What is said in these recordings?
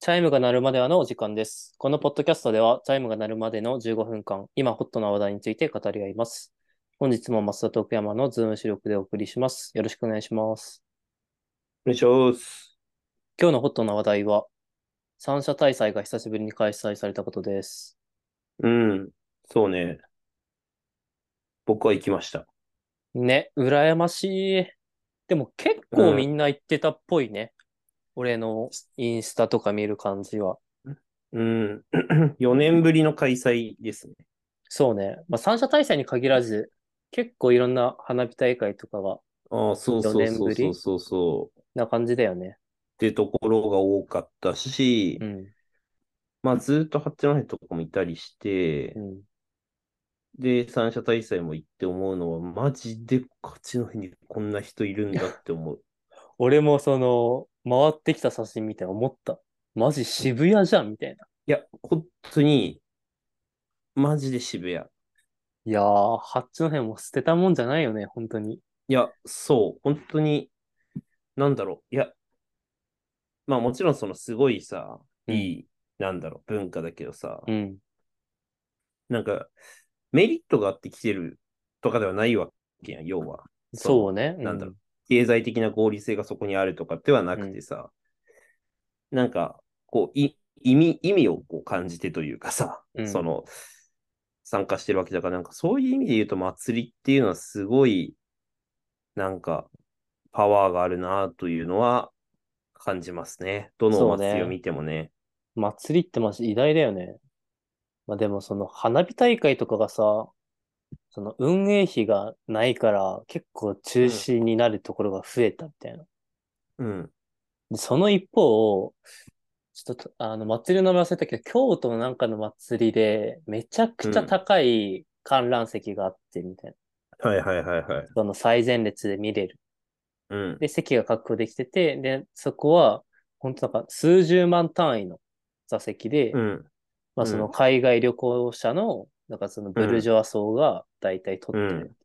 チャイムが鳴るまではのお時間です。このポッドキャストでは、チャイムが鳴るまでの15分間、今ホットな話題について語り合います。本日も増田徳山のズーム収録でお送りします。よろしくお願いします。お願いします。今日のホットな話題は、三者大祭が久しぶりに開催されたことです。うん、そうね。僕は行きました。ね、羨ましい。でも結構うんみんな行ってたっぽいね。俺のインスタとか見る感じは。うん、4年ぶりの開催ですね。そうね。まあ、三者大祭に限らず、結構いろんな花火大会とかは、ああ、そうそう4年ぶりそうそうそう。っな感じだよね。てところが多かったしう、ん。まあずっと八戸とかもいたりしてう、ん。で、三者大祭も行って思うのは、マジで八戸にこんな人いるんだって思う。俺もその、回ってきた写真見て思った。マジ渋谷じゃんみたいな。いや、本当に、マジで渋谷。いやー、八戸も捨てたもんじゃないよね、本当に。いや、そう、本当に、なんだろう、いや、まあもちろんそのすごいさ、ういんい、なんだろう、文化だけどさ、うん。なんか、メリットがあって来てるとかではないわけやん、要は。そうね。うなんだろう経済的な合理性がそこにあるとかではなくてさ、なんか、こう、い意味、意味をこう感じてというかさ、うんその、参加してるわけだから、なんかそういう意味で言うと祭りっていうのはすごい、なんか、パワーがあるなというのは感じますね。どのお祭りを見てもね。祭りってマジ偉大だよね。まあでもその花火大会とかがさ、その運営費がないから結構中止になるところが増えたみたいな。うん。でその一方、ちょっとあの祭りの名前忘れたけど、京都のなんかの祭りでめちゃくちゃ高い観覧席があってみたいな。はいはいはいはい。その最前列で見れる。うん。で、席が確保できてて、で、そこは本当なんか数十万単位の座席で、うん。まあ、うんその海外旅行者の、なんかそのブルジョア層が大体取ってる。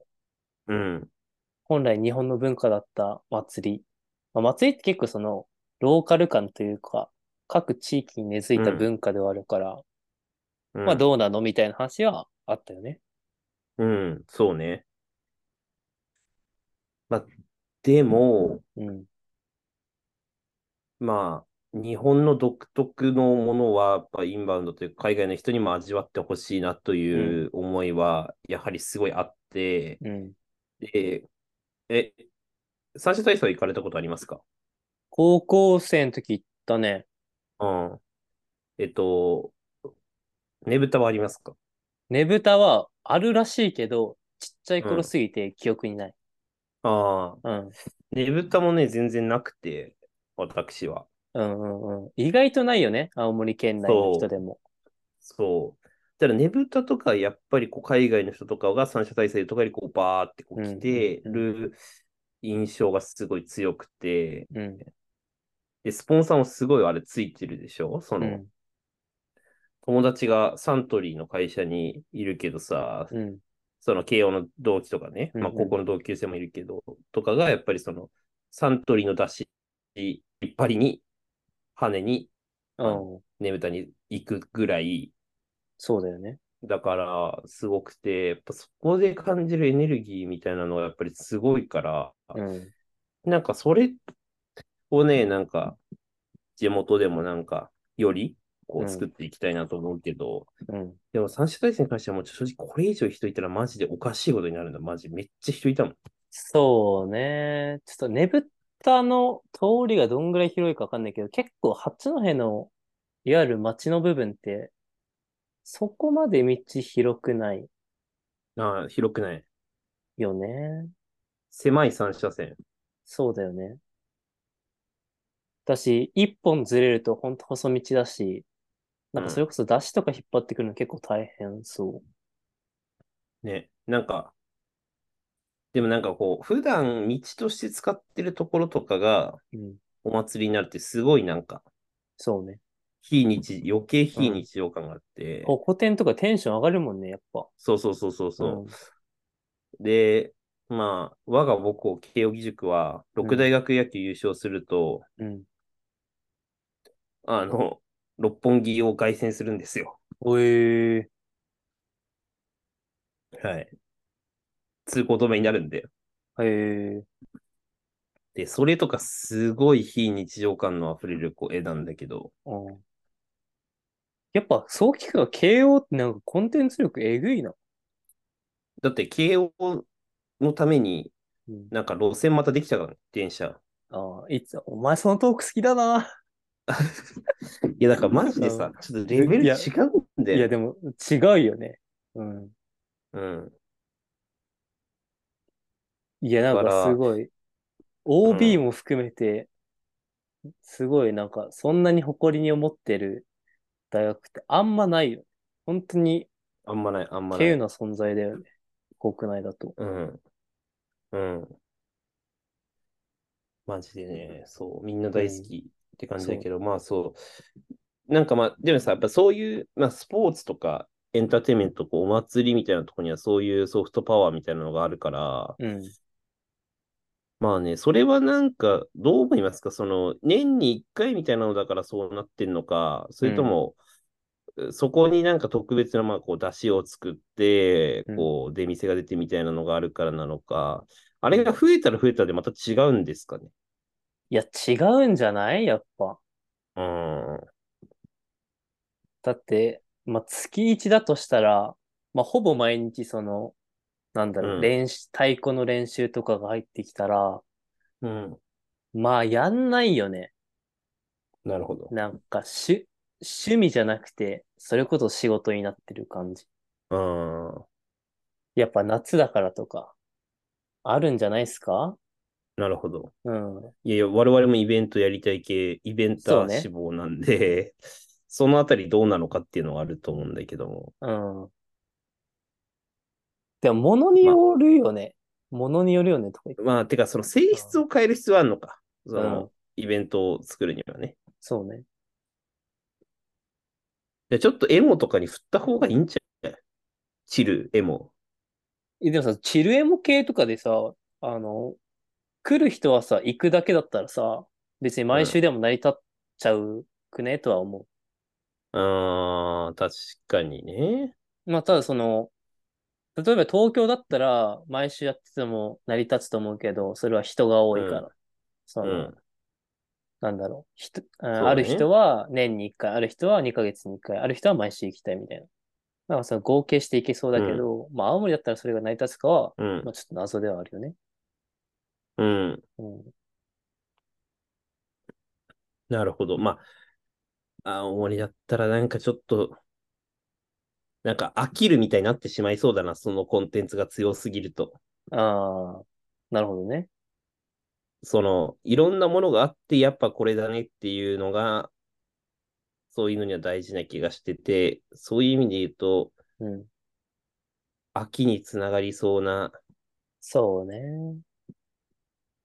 うんうん。本来日本の文化だった祭り。まあ、祭りって結構その、ローカル感というか、各地域に根付いたうん文化ではあるから、うんまあどうなのみたいな話はあったよね。うん。そうね。まあ、でも、うん。まあ、日本の独特のものは、やっぱインバウンドというか海外の人にも味わってほしいなという思いは、やはりすごいあって、うん。で、え、三者大祭行かれたことありますか高校生の時行ったね。うん。えっと、ねぶたはありますかねぶたはあるらしいけど、ちっちゃい頃すぎて記憶にない。ああ、うん。ねぶたもね、全然なくて、私は。うんうんうん。意外とないよね。青森県内のそ人うでも。そう。だからねぶたとか、やっぱりこう海外の人とかが三者体制とかにこうバーってこう来てうんうる印象がすごい強くて、うん。で、スポンサーもすごいあれついてるでしょその、友達がサントリーの会社にいるけどさ、うん。うん。その慶応の同期とかね、まあうんうん高校の同級生もいるけど、とかがやっぱりそのサントリーの出しっぱりに、羽にうん。ねぶたに行くぐらい、そうだよね。だから、すごくて、やっぱそこで感じるエネルギーみたいなのがやっぱりすごいから、うん。なんかそれをね、なんか、地元でもなんか、より、こうんう作っていきたいなと思うけど、うん。でも三種大戦に関してはもう正直これ以上人いたらマジでおかしいことになるんだ。マジめっちゃ人いたもん。そうね。ちょっとねぶたの通りがどんぐらい広いかわかんないけど、結構八戸のいわゆる町の部分って、そこまで道広くないああ、広くない。よね。狭い三車線。そうだよね。だし、一本ずれるとほんと細道だし、なんかそれこそ出汁とか引っ張ってくるの結構大変そね。なんか、でもなんかこう、普段道として使ってるところとかがう。うん。お祭りになるってすごいなんか、そうね。非日、余計非日常感があって、ホコ天とかテンション上がるもんね、やっぱ。そうそうそうそうそうう。で、まあ、我が母校、慶応義塾は、六大学野球優勝すると、ん。うん。あの、六本木を凱旋するんですよ。おえはい。通行止めになるんで。ー、えで、それとかすごい非日常感の溢れるこう絵なんだけど、ー、うん。やっぱ、そう聞くと、慶応ってなんかコンテンツ力えぐいな。だって慶応のためにうん、なんか路線またできちゃうからね電車。ああ、いつ、お前そのトーク好きだな。いや、だからマジでさ、ちょっとレベルい違やうんいだや、よ。でも、違うよね。うん。うん。いや、なんだかか、らすごい。OB も含めて、すごい、なんか、そんなに誇りに思ってる大学ってあんまないよ。本当に、あんまない、あんまな稀有い。な存在だよね。国内だと。うん。うん。マジでね、そう、みんな大好きって感じだけど、まあそう。なんかまあ、でもさ、やっぱそういう、まあスポーツとかエンターテインメント、こうお祭りみたいなとこにはそういうソフトパワーみたいなのがあるから、うん。まあね、それはなんか、どう思いますかその、年に1回みたいなのだからそうなってんのか、それとも、そこになんか特別な、まあ、こう、出汁を作ってうん、こう、出店が出てみたいなのがあるからなのか、あれが増えたら増えたでまた違うんですかね。いや、違うんじゃないやっぱ。うん。だって、まあ、月1だとしたら、まあ、ほぼ毎日、その、なんだろうう、ん練習、太鼓の練習とかが入ってきたら、うん。まあ、やんないよね。なるほど。なんか、しゅ、趣味じゃなくて、それこそ仕事になってる感じ。うん。やっぱ夏だからとか、あるんじゃないですかなるほど。うん。いやいや、我々もイベントやりたい系、イベンタそうーね志望なんで、そのあたりどうなのかっていうのはあると思うんだけども。うん。でも、物によるよね。物によるよね、とか言って。まあ、てか、その性質を変える必要はあるのか。そうんの、イベントを作るにはね。そうね。でちょっとエモとかに振った方がいいんちゃうチル、エモ。えでもさ、チルエモ系とかでさ、あの、来る人はさ、行くだけだったらさ、別に毎週でも成り立っちゃうくね、とは思あー、確かにね。う。まあ、ただその、例えば東京だったら、毎週やってても成り立つと思うけど、それは人が多いから。ううその、ん。なんだろう。人、あだーねある人は年に1回、ある人は2ヶ月に1回、ある人は毎週行きたいみたいな。なんかその合計していけそうだけど、まあ青森だったらそれが成り立つかは、うんまあちょっと謎ではあるよね。うん。うん。なるほど。まあ、あー、終わりだったらなんかちょっと、なんか飽きるみたいになってしまいそうだな。そのコンテンツが強すぎると。ああ、なるほどね。その、いろんなものがあって、やっぱこれだねっていうのが、そういうのには大事な気がしてて、そういう意味で言うと、うん。秋につながりそうな。そうね。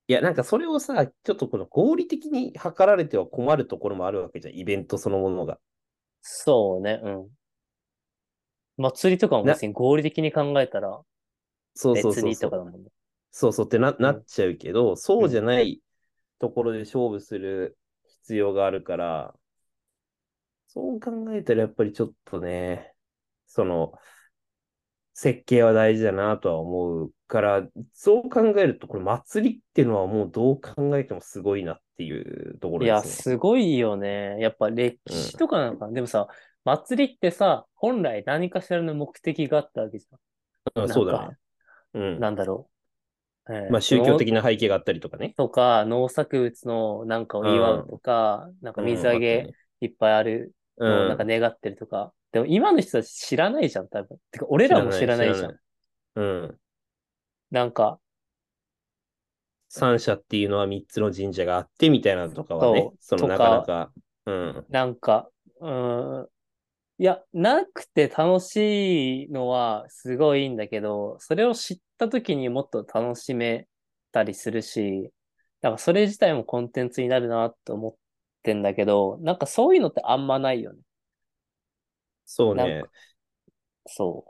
いや、なんかそれをさ、ちょっとこの合理的に測られては困るところもあるわけじゃん、イベントそのものが。そうね。うん。祭りとかも別に合理的に考えたら、そうそう別そうにそとかう。だもんね。そうそうってななっちゃうけど、そうじゃないところで勝負する必要があるから、そう考えたらやっぱりちょっとね、その、設計は大事だなとは思うから、そう考えると、これ祭りっていうのはもうどう考えてもすごいなっていうとこいろでや、すね。すごいよね。やっぱ歴史とかなんかな、でもさ、祭りってさ、本来何かしらの目的があったわけじゃん。うんそうだなんねか。うん。なんだろう。えーまあ宗教的な背景があったりとかね。農とか、農作物のなんかを祝うとか、なんか水揚げいっぱいあるうのをん、なんか願ってるとか。でも今の人たち知らないじゃん、多分。てか、俺らも知らないじゃん。うん。なんか、三社っていうのは三つの神社があってみたいなのとかはね、そそうのなかなか、うん、なんか、うーん。いや、なくて楽しいのはすごいいいんだけど、それを知った時にもっと楽しめたりするし、なんかそれ自体もコンテンツになるなと思ってんだけど、なんかそういうのってあんまないよね。そうなんねか。そ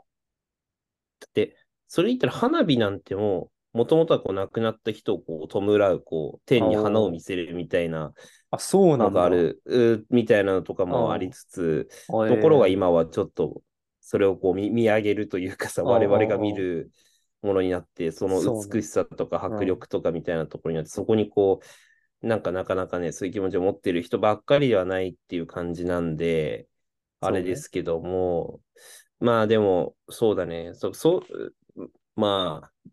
だって、それ言ったら花火なんてももともとはこう亡くなった人をこう弔う、こう、天に花を見せるみたいなあ、そうなのんだ。がある、うみたいなのとかもありつつ、ところがえー今はちょっとそれをこう見見上げるというかさ、あー我々が見るものになって、そのそうね美しさとかうん迫力とかみたいなところになって、そこにこう、なんかなかなかね、そういう気持ちを持ってる人ばっかりではないっていう感じなんで、そあうねれですけども、まあでも、そうだね、そそう、うまあ、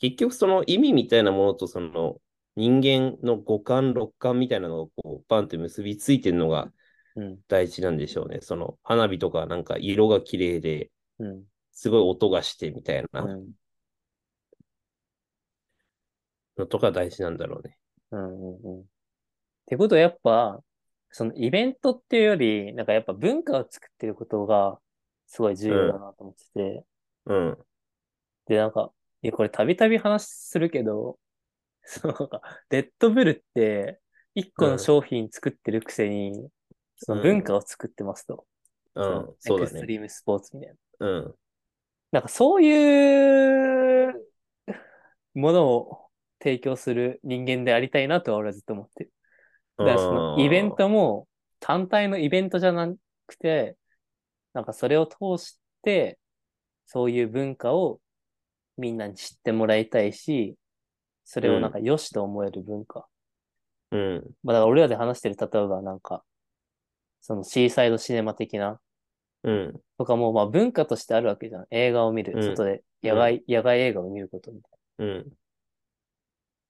結局その意味みたいなものとその人間の五感、六感みたいなのがこう、バンって結びついてるのが、うん、大事なんでしょうね。その花火とかなんか色が綺麗で、うん、すごい音がしてみたいなうん、のとか大事なんだろうね。うん、うん。ってことはやっぱ、そのイベントっていうより、なんかやっぱ文化を作ってることがすごい重要だなと思ってて、うん。で、なんか、いや、これたびたび話するけど、そのなんか、レッドブルって、一個うのん商品作ってるくせに、その文化を作ってますと。うのん。そうエだクストね。リームスポーツみたいな。うん。なんかそういうものを提供する人間でありたいなとは俺はずっと思ってる。だからそのイベントも単体のイベントじゃなくて、なんかそれを通して、そういう文化をみんなに知ってもらいたいし、それをなんか良しと思える文化。うん。まあだから俺らで話してる例えばなんか、そのシーサイドシネマ的なうん。とかもまあ文化としてあるわけじゃん。映画を見うる。ん外で野外、野外映画を見ることみたいな。うん。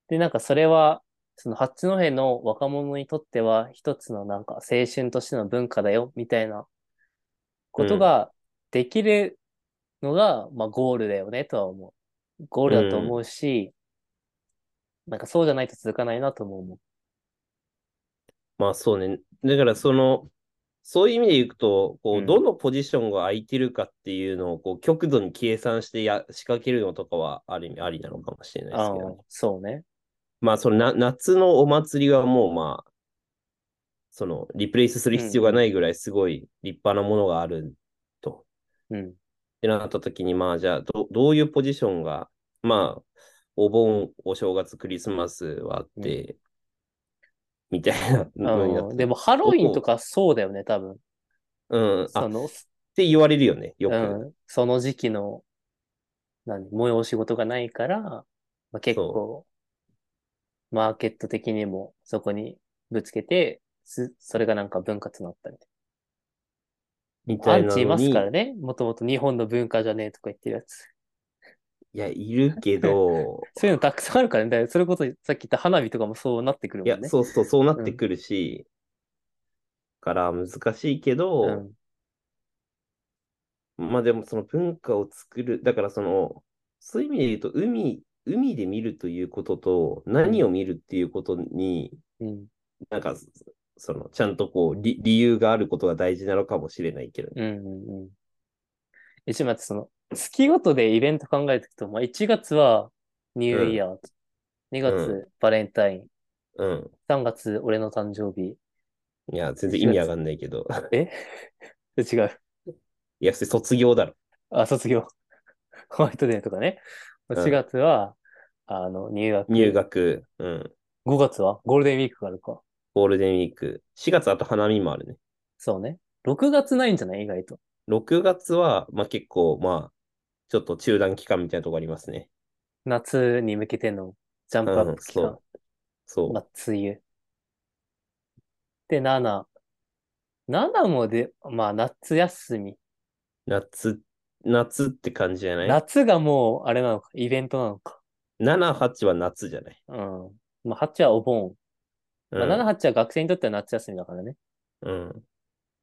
で、なんかそれは、その八戸の若者にとっては一つのなんか青春としての文化だよ、みたいなことができるのが、まあゴールだよね、とは思う。ゴールだと思うし、なんかそうじゃないと続かないなとも思う。まあそうね。だからその、そういう意味でいくと、こうう、んどのポジションが空いてるかっていうのを、こう、極度に計算してや仕掛けるのとかは、ある意味ありなのかもしれないですけどね、ああ、そうね。まあ、そのな夏のお祭りはもう、まあ、その、リプレイスする必要がないぐらいすごい立派なものがあると。うん。ってなった時に、まあ、じゃあど、どういうポジションが、まあ、お盆、お正月、クリスマスはあって、みたいなのになっあて。のでもハロウィンとかそうだよね、多分。うん、あ、そっの、て言われるよね、よく。うん、その時期の、何、催し事がないから、まあ、結構、マーケット的にもそこにぶつけて、すそれがなんか文化となったみたみいたいな。アンなチいのますに、からね。もともと日本の文化じゃねえとか言ってるやつ。いや、いるけど、 そういうのたくさんあるからね。だからそれこそさっき言った花火とかもそうなってくるいもやん、ね。そうそう、そうなってくるし、から難しいけど、うん。まあでもその文化を作る、だからその、そういう意味で言うと、海、海で見るということと、何を見るっていうことに、うん。なんか、そその、ちゃんとこう、理、理由があることが大事なのかもしれないけどね。うん。うん。うん。え、ちょっと待って、その、月ごとでイベント考えていくと、まあ、1月はニューイヤー、2月バレンタイン、うん。 3月俺の誕生日、いや、全然意味わかんないけど。 え違う。いや、それ卒業だろ。あ、卒業。 ホワイトデーとかね。うん4月は、あの、入学。入学、うん。 5月はゴールデンウィークがあるか。ゴールデンウィーク。4月あと花見もあるね。そうね。6月ないんじゃない意外と。 6月は、まあ結構、まあ、ちょっと中断期間みたいなとこありますね。夏に向けてのジャンプアうッん、プ期そ間う。。そう。まあ、梅雨。で、7。7もで、まあ、夏休み。夏、夏って感じじゃない夏がもう、あれなのか、イベントなのか。 7、8は夏じゃない。うん。まあ、8はお盆。うまあ、ん、 7、8は学生にとっては夏休みだからね。うん。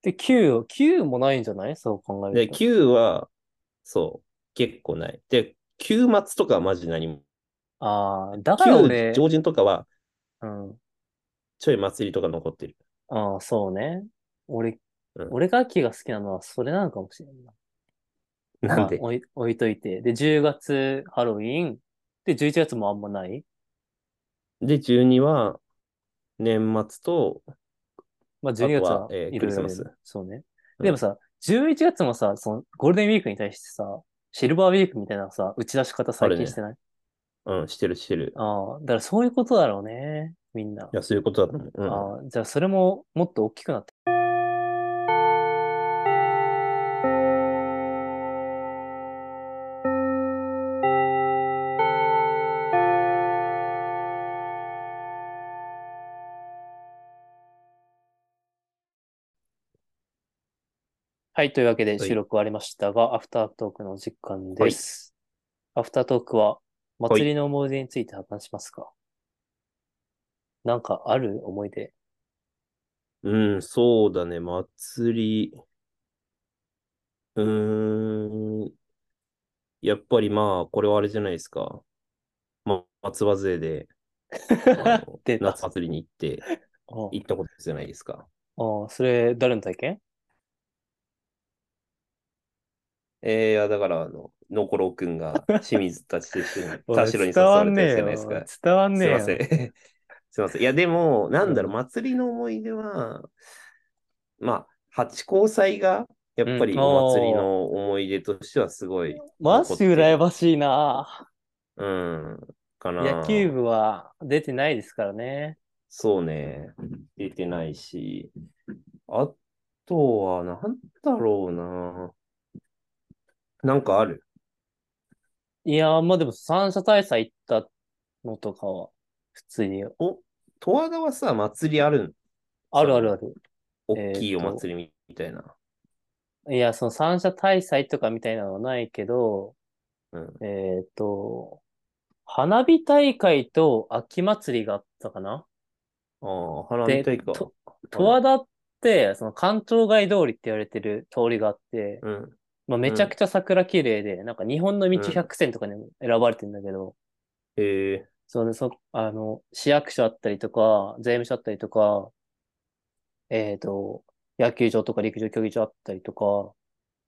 で、9を、9もないんじゃないそう考えで、ると。 9は、そう、結構ない。で、9末とかはマジ何も。ああ、だから9俺、上旬とかは、うん。ちょい祭りとか残ってる。ああ、そうね。俺、うん俺が秋が好きなのはそれなのかもしれんないな。なんでまあ、置い、置いといて。で、10月ハロウィン。で、11月もあんまない。で、12は、年末と、まあ、12月あとははえーいろいろあるよねクリスマス。そうね。うんでもさ、11月もさ、そのゴールデンウィークに対してさ、シルバーウィークみたいなさ、打ち出し方あ最るね近してないうん、してるしてる。ああ、だからそういうことだろうね、みんな。いや、そういうことだと思う。うん。ああ、じゃあそれももっと大きくなって。はい、というわけで収録終わりましたが、アフタートークのお時間です。アフタートークは、祭りの思い出について話しますかなんかある思い出。うん、そうだね、祭り。うーん。やっぱりまあ、これはあれじゃないですか。まあ、松葉杖で、あの 出た夏祭りに行って、うん行ったことじゃないですか。ああ、それ、誰の体験えー、いや、だから、あの、のころくんが、清水たちと一 緒に、田代に誘伝わわんれたねやえつじゃないよですか。。伝わんすねえいよ。ません。 すいません。いや、でも、なんだろう、うん祭りの思い出は、まあ、八高祭が、やっぱりうんお祭りの思い出としてはすごい、マジ羨ましいな。うん、かな。野球部は出てないですからね。そうね。出てないし。あとは、なんだろうな。なんかある。いやー、まあでも三者大祭行ったのとかは、普通に、お、十和田はさ、祭りあるんあるあるある。大きいえーおと祭りみたいな。いや、その三者大祭とかみたいなのはないけど、うん。えっと、花火大会と秋祭りがあったかなああ、花火大会。と十和田って、その関東街通りって言われてる通りがあって、うん。まあ、めちゃくちゃ桜綺麗で、なんか日本の道うん100選とかにも選ばれてんだけど、へえそうね、そ、あの、市役所あったりとか、税務署あったりとか、えっと、野球場とか陸上競技場あったりとか、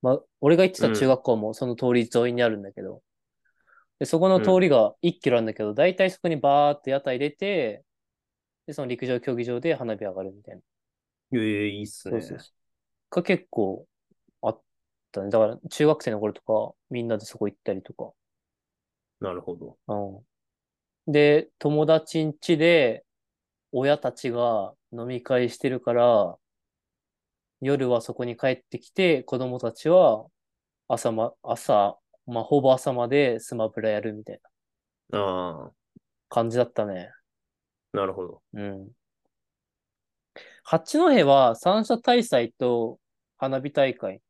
まあ、俺が行ってた中学校もその通り沿いにあるんだけど、で、そこの通りが1キロあるんだけど、だいたいそこにバーって屋台出て、で、その陸上競技場で花火上がるみたいな。ええいいっすそうね。そうそう。が結構あったね。だから、中学生の頃とか、みんなでそこ行ったりとか。なるほど。うん。で、友達ん家で、親たちが飲み会してるから、夜はそこに帰ってきて、子供たちは、朝ま、朝、まあ、ほぼ朝までスマブラやるみたいなあ感じだったね。あ、なるほど。うん。八戸は三者大祭と花火大会、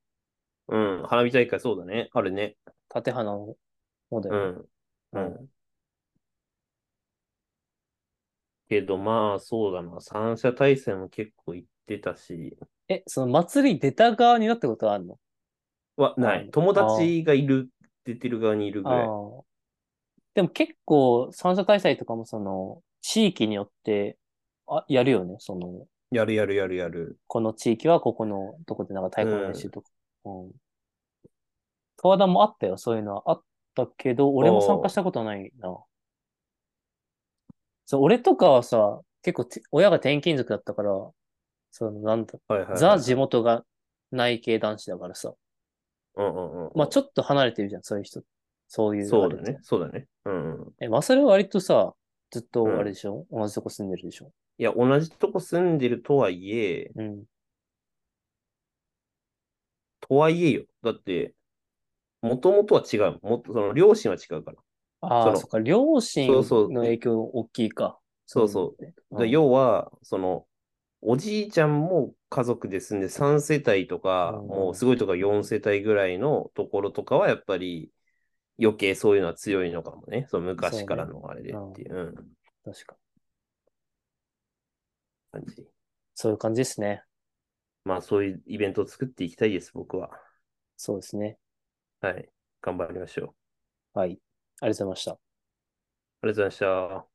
うん、花火大会そうだね。あるね。館花の方だうよね。ん。うん。けどまあ、そうだな。三者対戦も結構行ってたし。え、その祭り出た側になったことはあるのは、なあい。友達がいる、出てる側にいるぐああらい。ー。でも結構、三者大祭とかもその、地域によって、あ、やるよね。その、やるやるやるやる。この地域はここの、どこでなんか太鼓の練習とか。うん。十和田もあったよ、そういうのは。あったけど、俺も参加したことないな。そう、俺とかはさ、結構て、親が転勤族だったから、その、なんだ、はいはいはい。ザ地元が内系男子だからさ。うんうんうん。まあ、ちょっと離れてるじゃん、そういう人。そういう。そうだね。。そうだね。うんうん。え、マサルは割とさ、ずっとあれでしょ、同じとこ住んでるでしょいや、同じとこ住んでるとはいえ、うん。とはいえよ。だって、もともとは違う。もっと、その、両親は違うから。あそあ、のそっか、両親そうそうの影響大きいか。そうそう。だうん要は、その、おじいちゃんも家族で住んで3世帯とか、うんもうすごいとか4世帯ぐらいのところとかは、やっぱり余計そういうのは強いのかもね。その昔からのあれでっていう、うん、確か。感じ。そういう感じですね。まあそういうイベントを作っていきたいです、僕は。そうですね。はい。頑張りましょう。はい。ありがとうございました。ありがとうございました。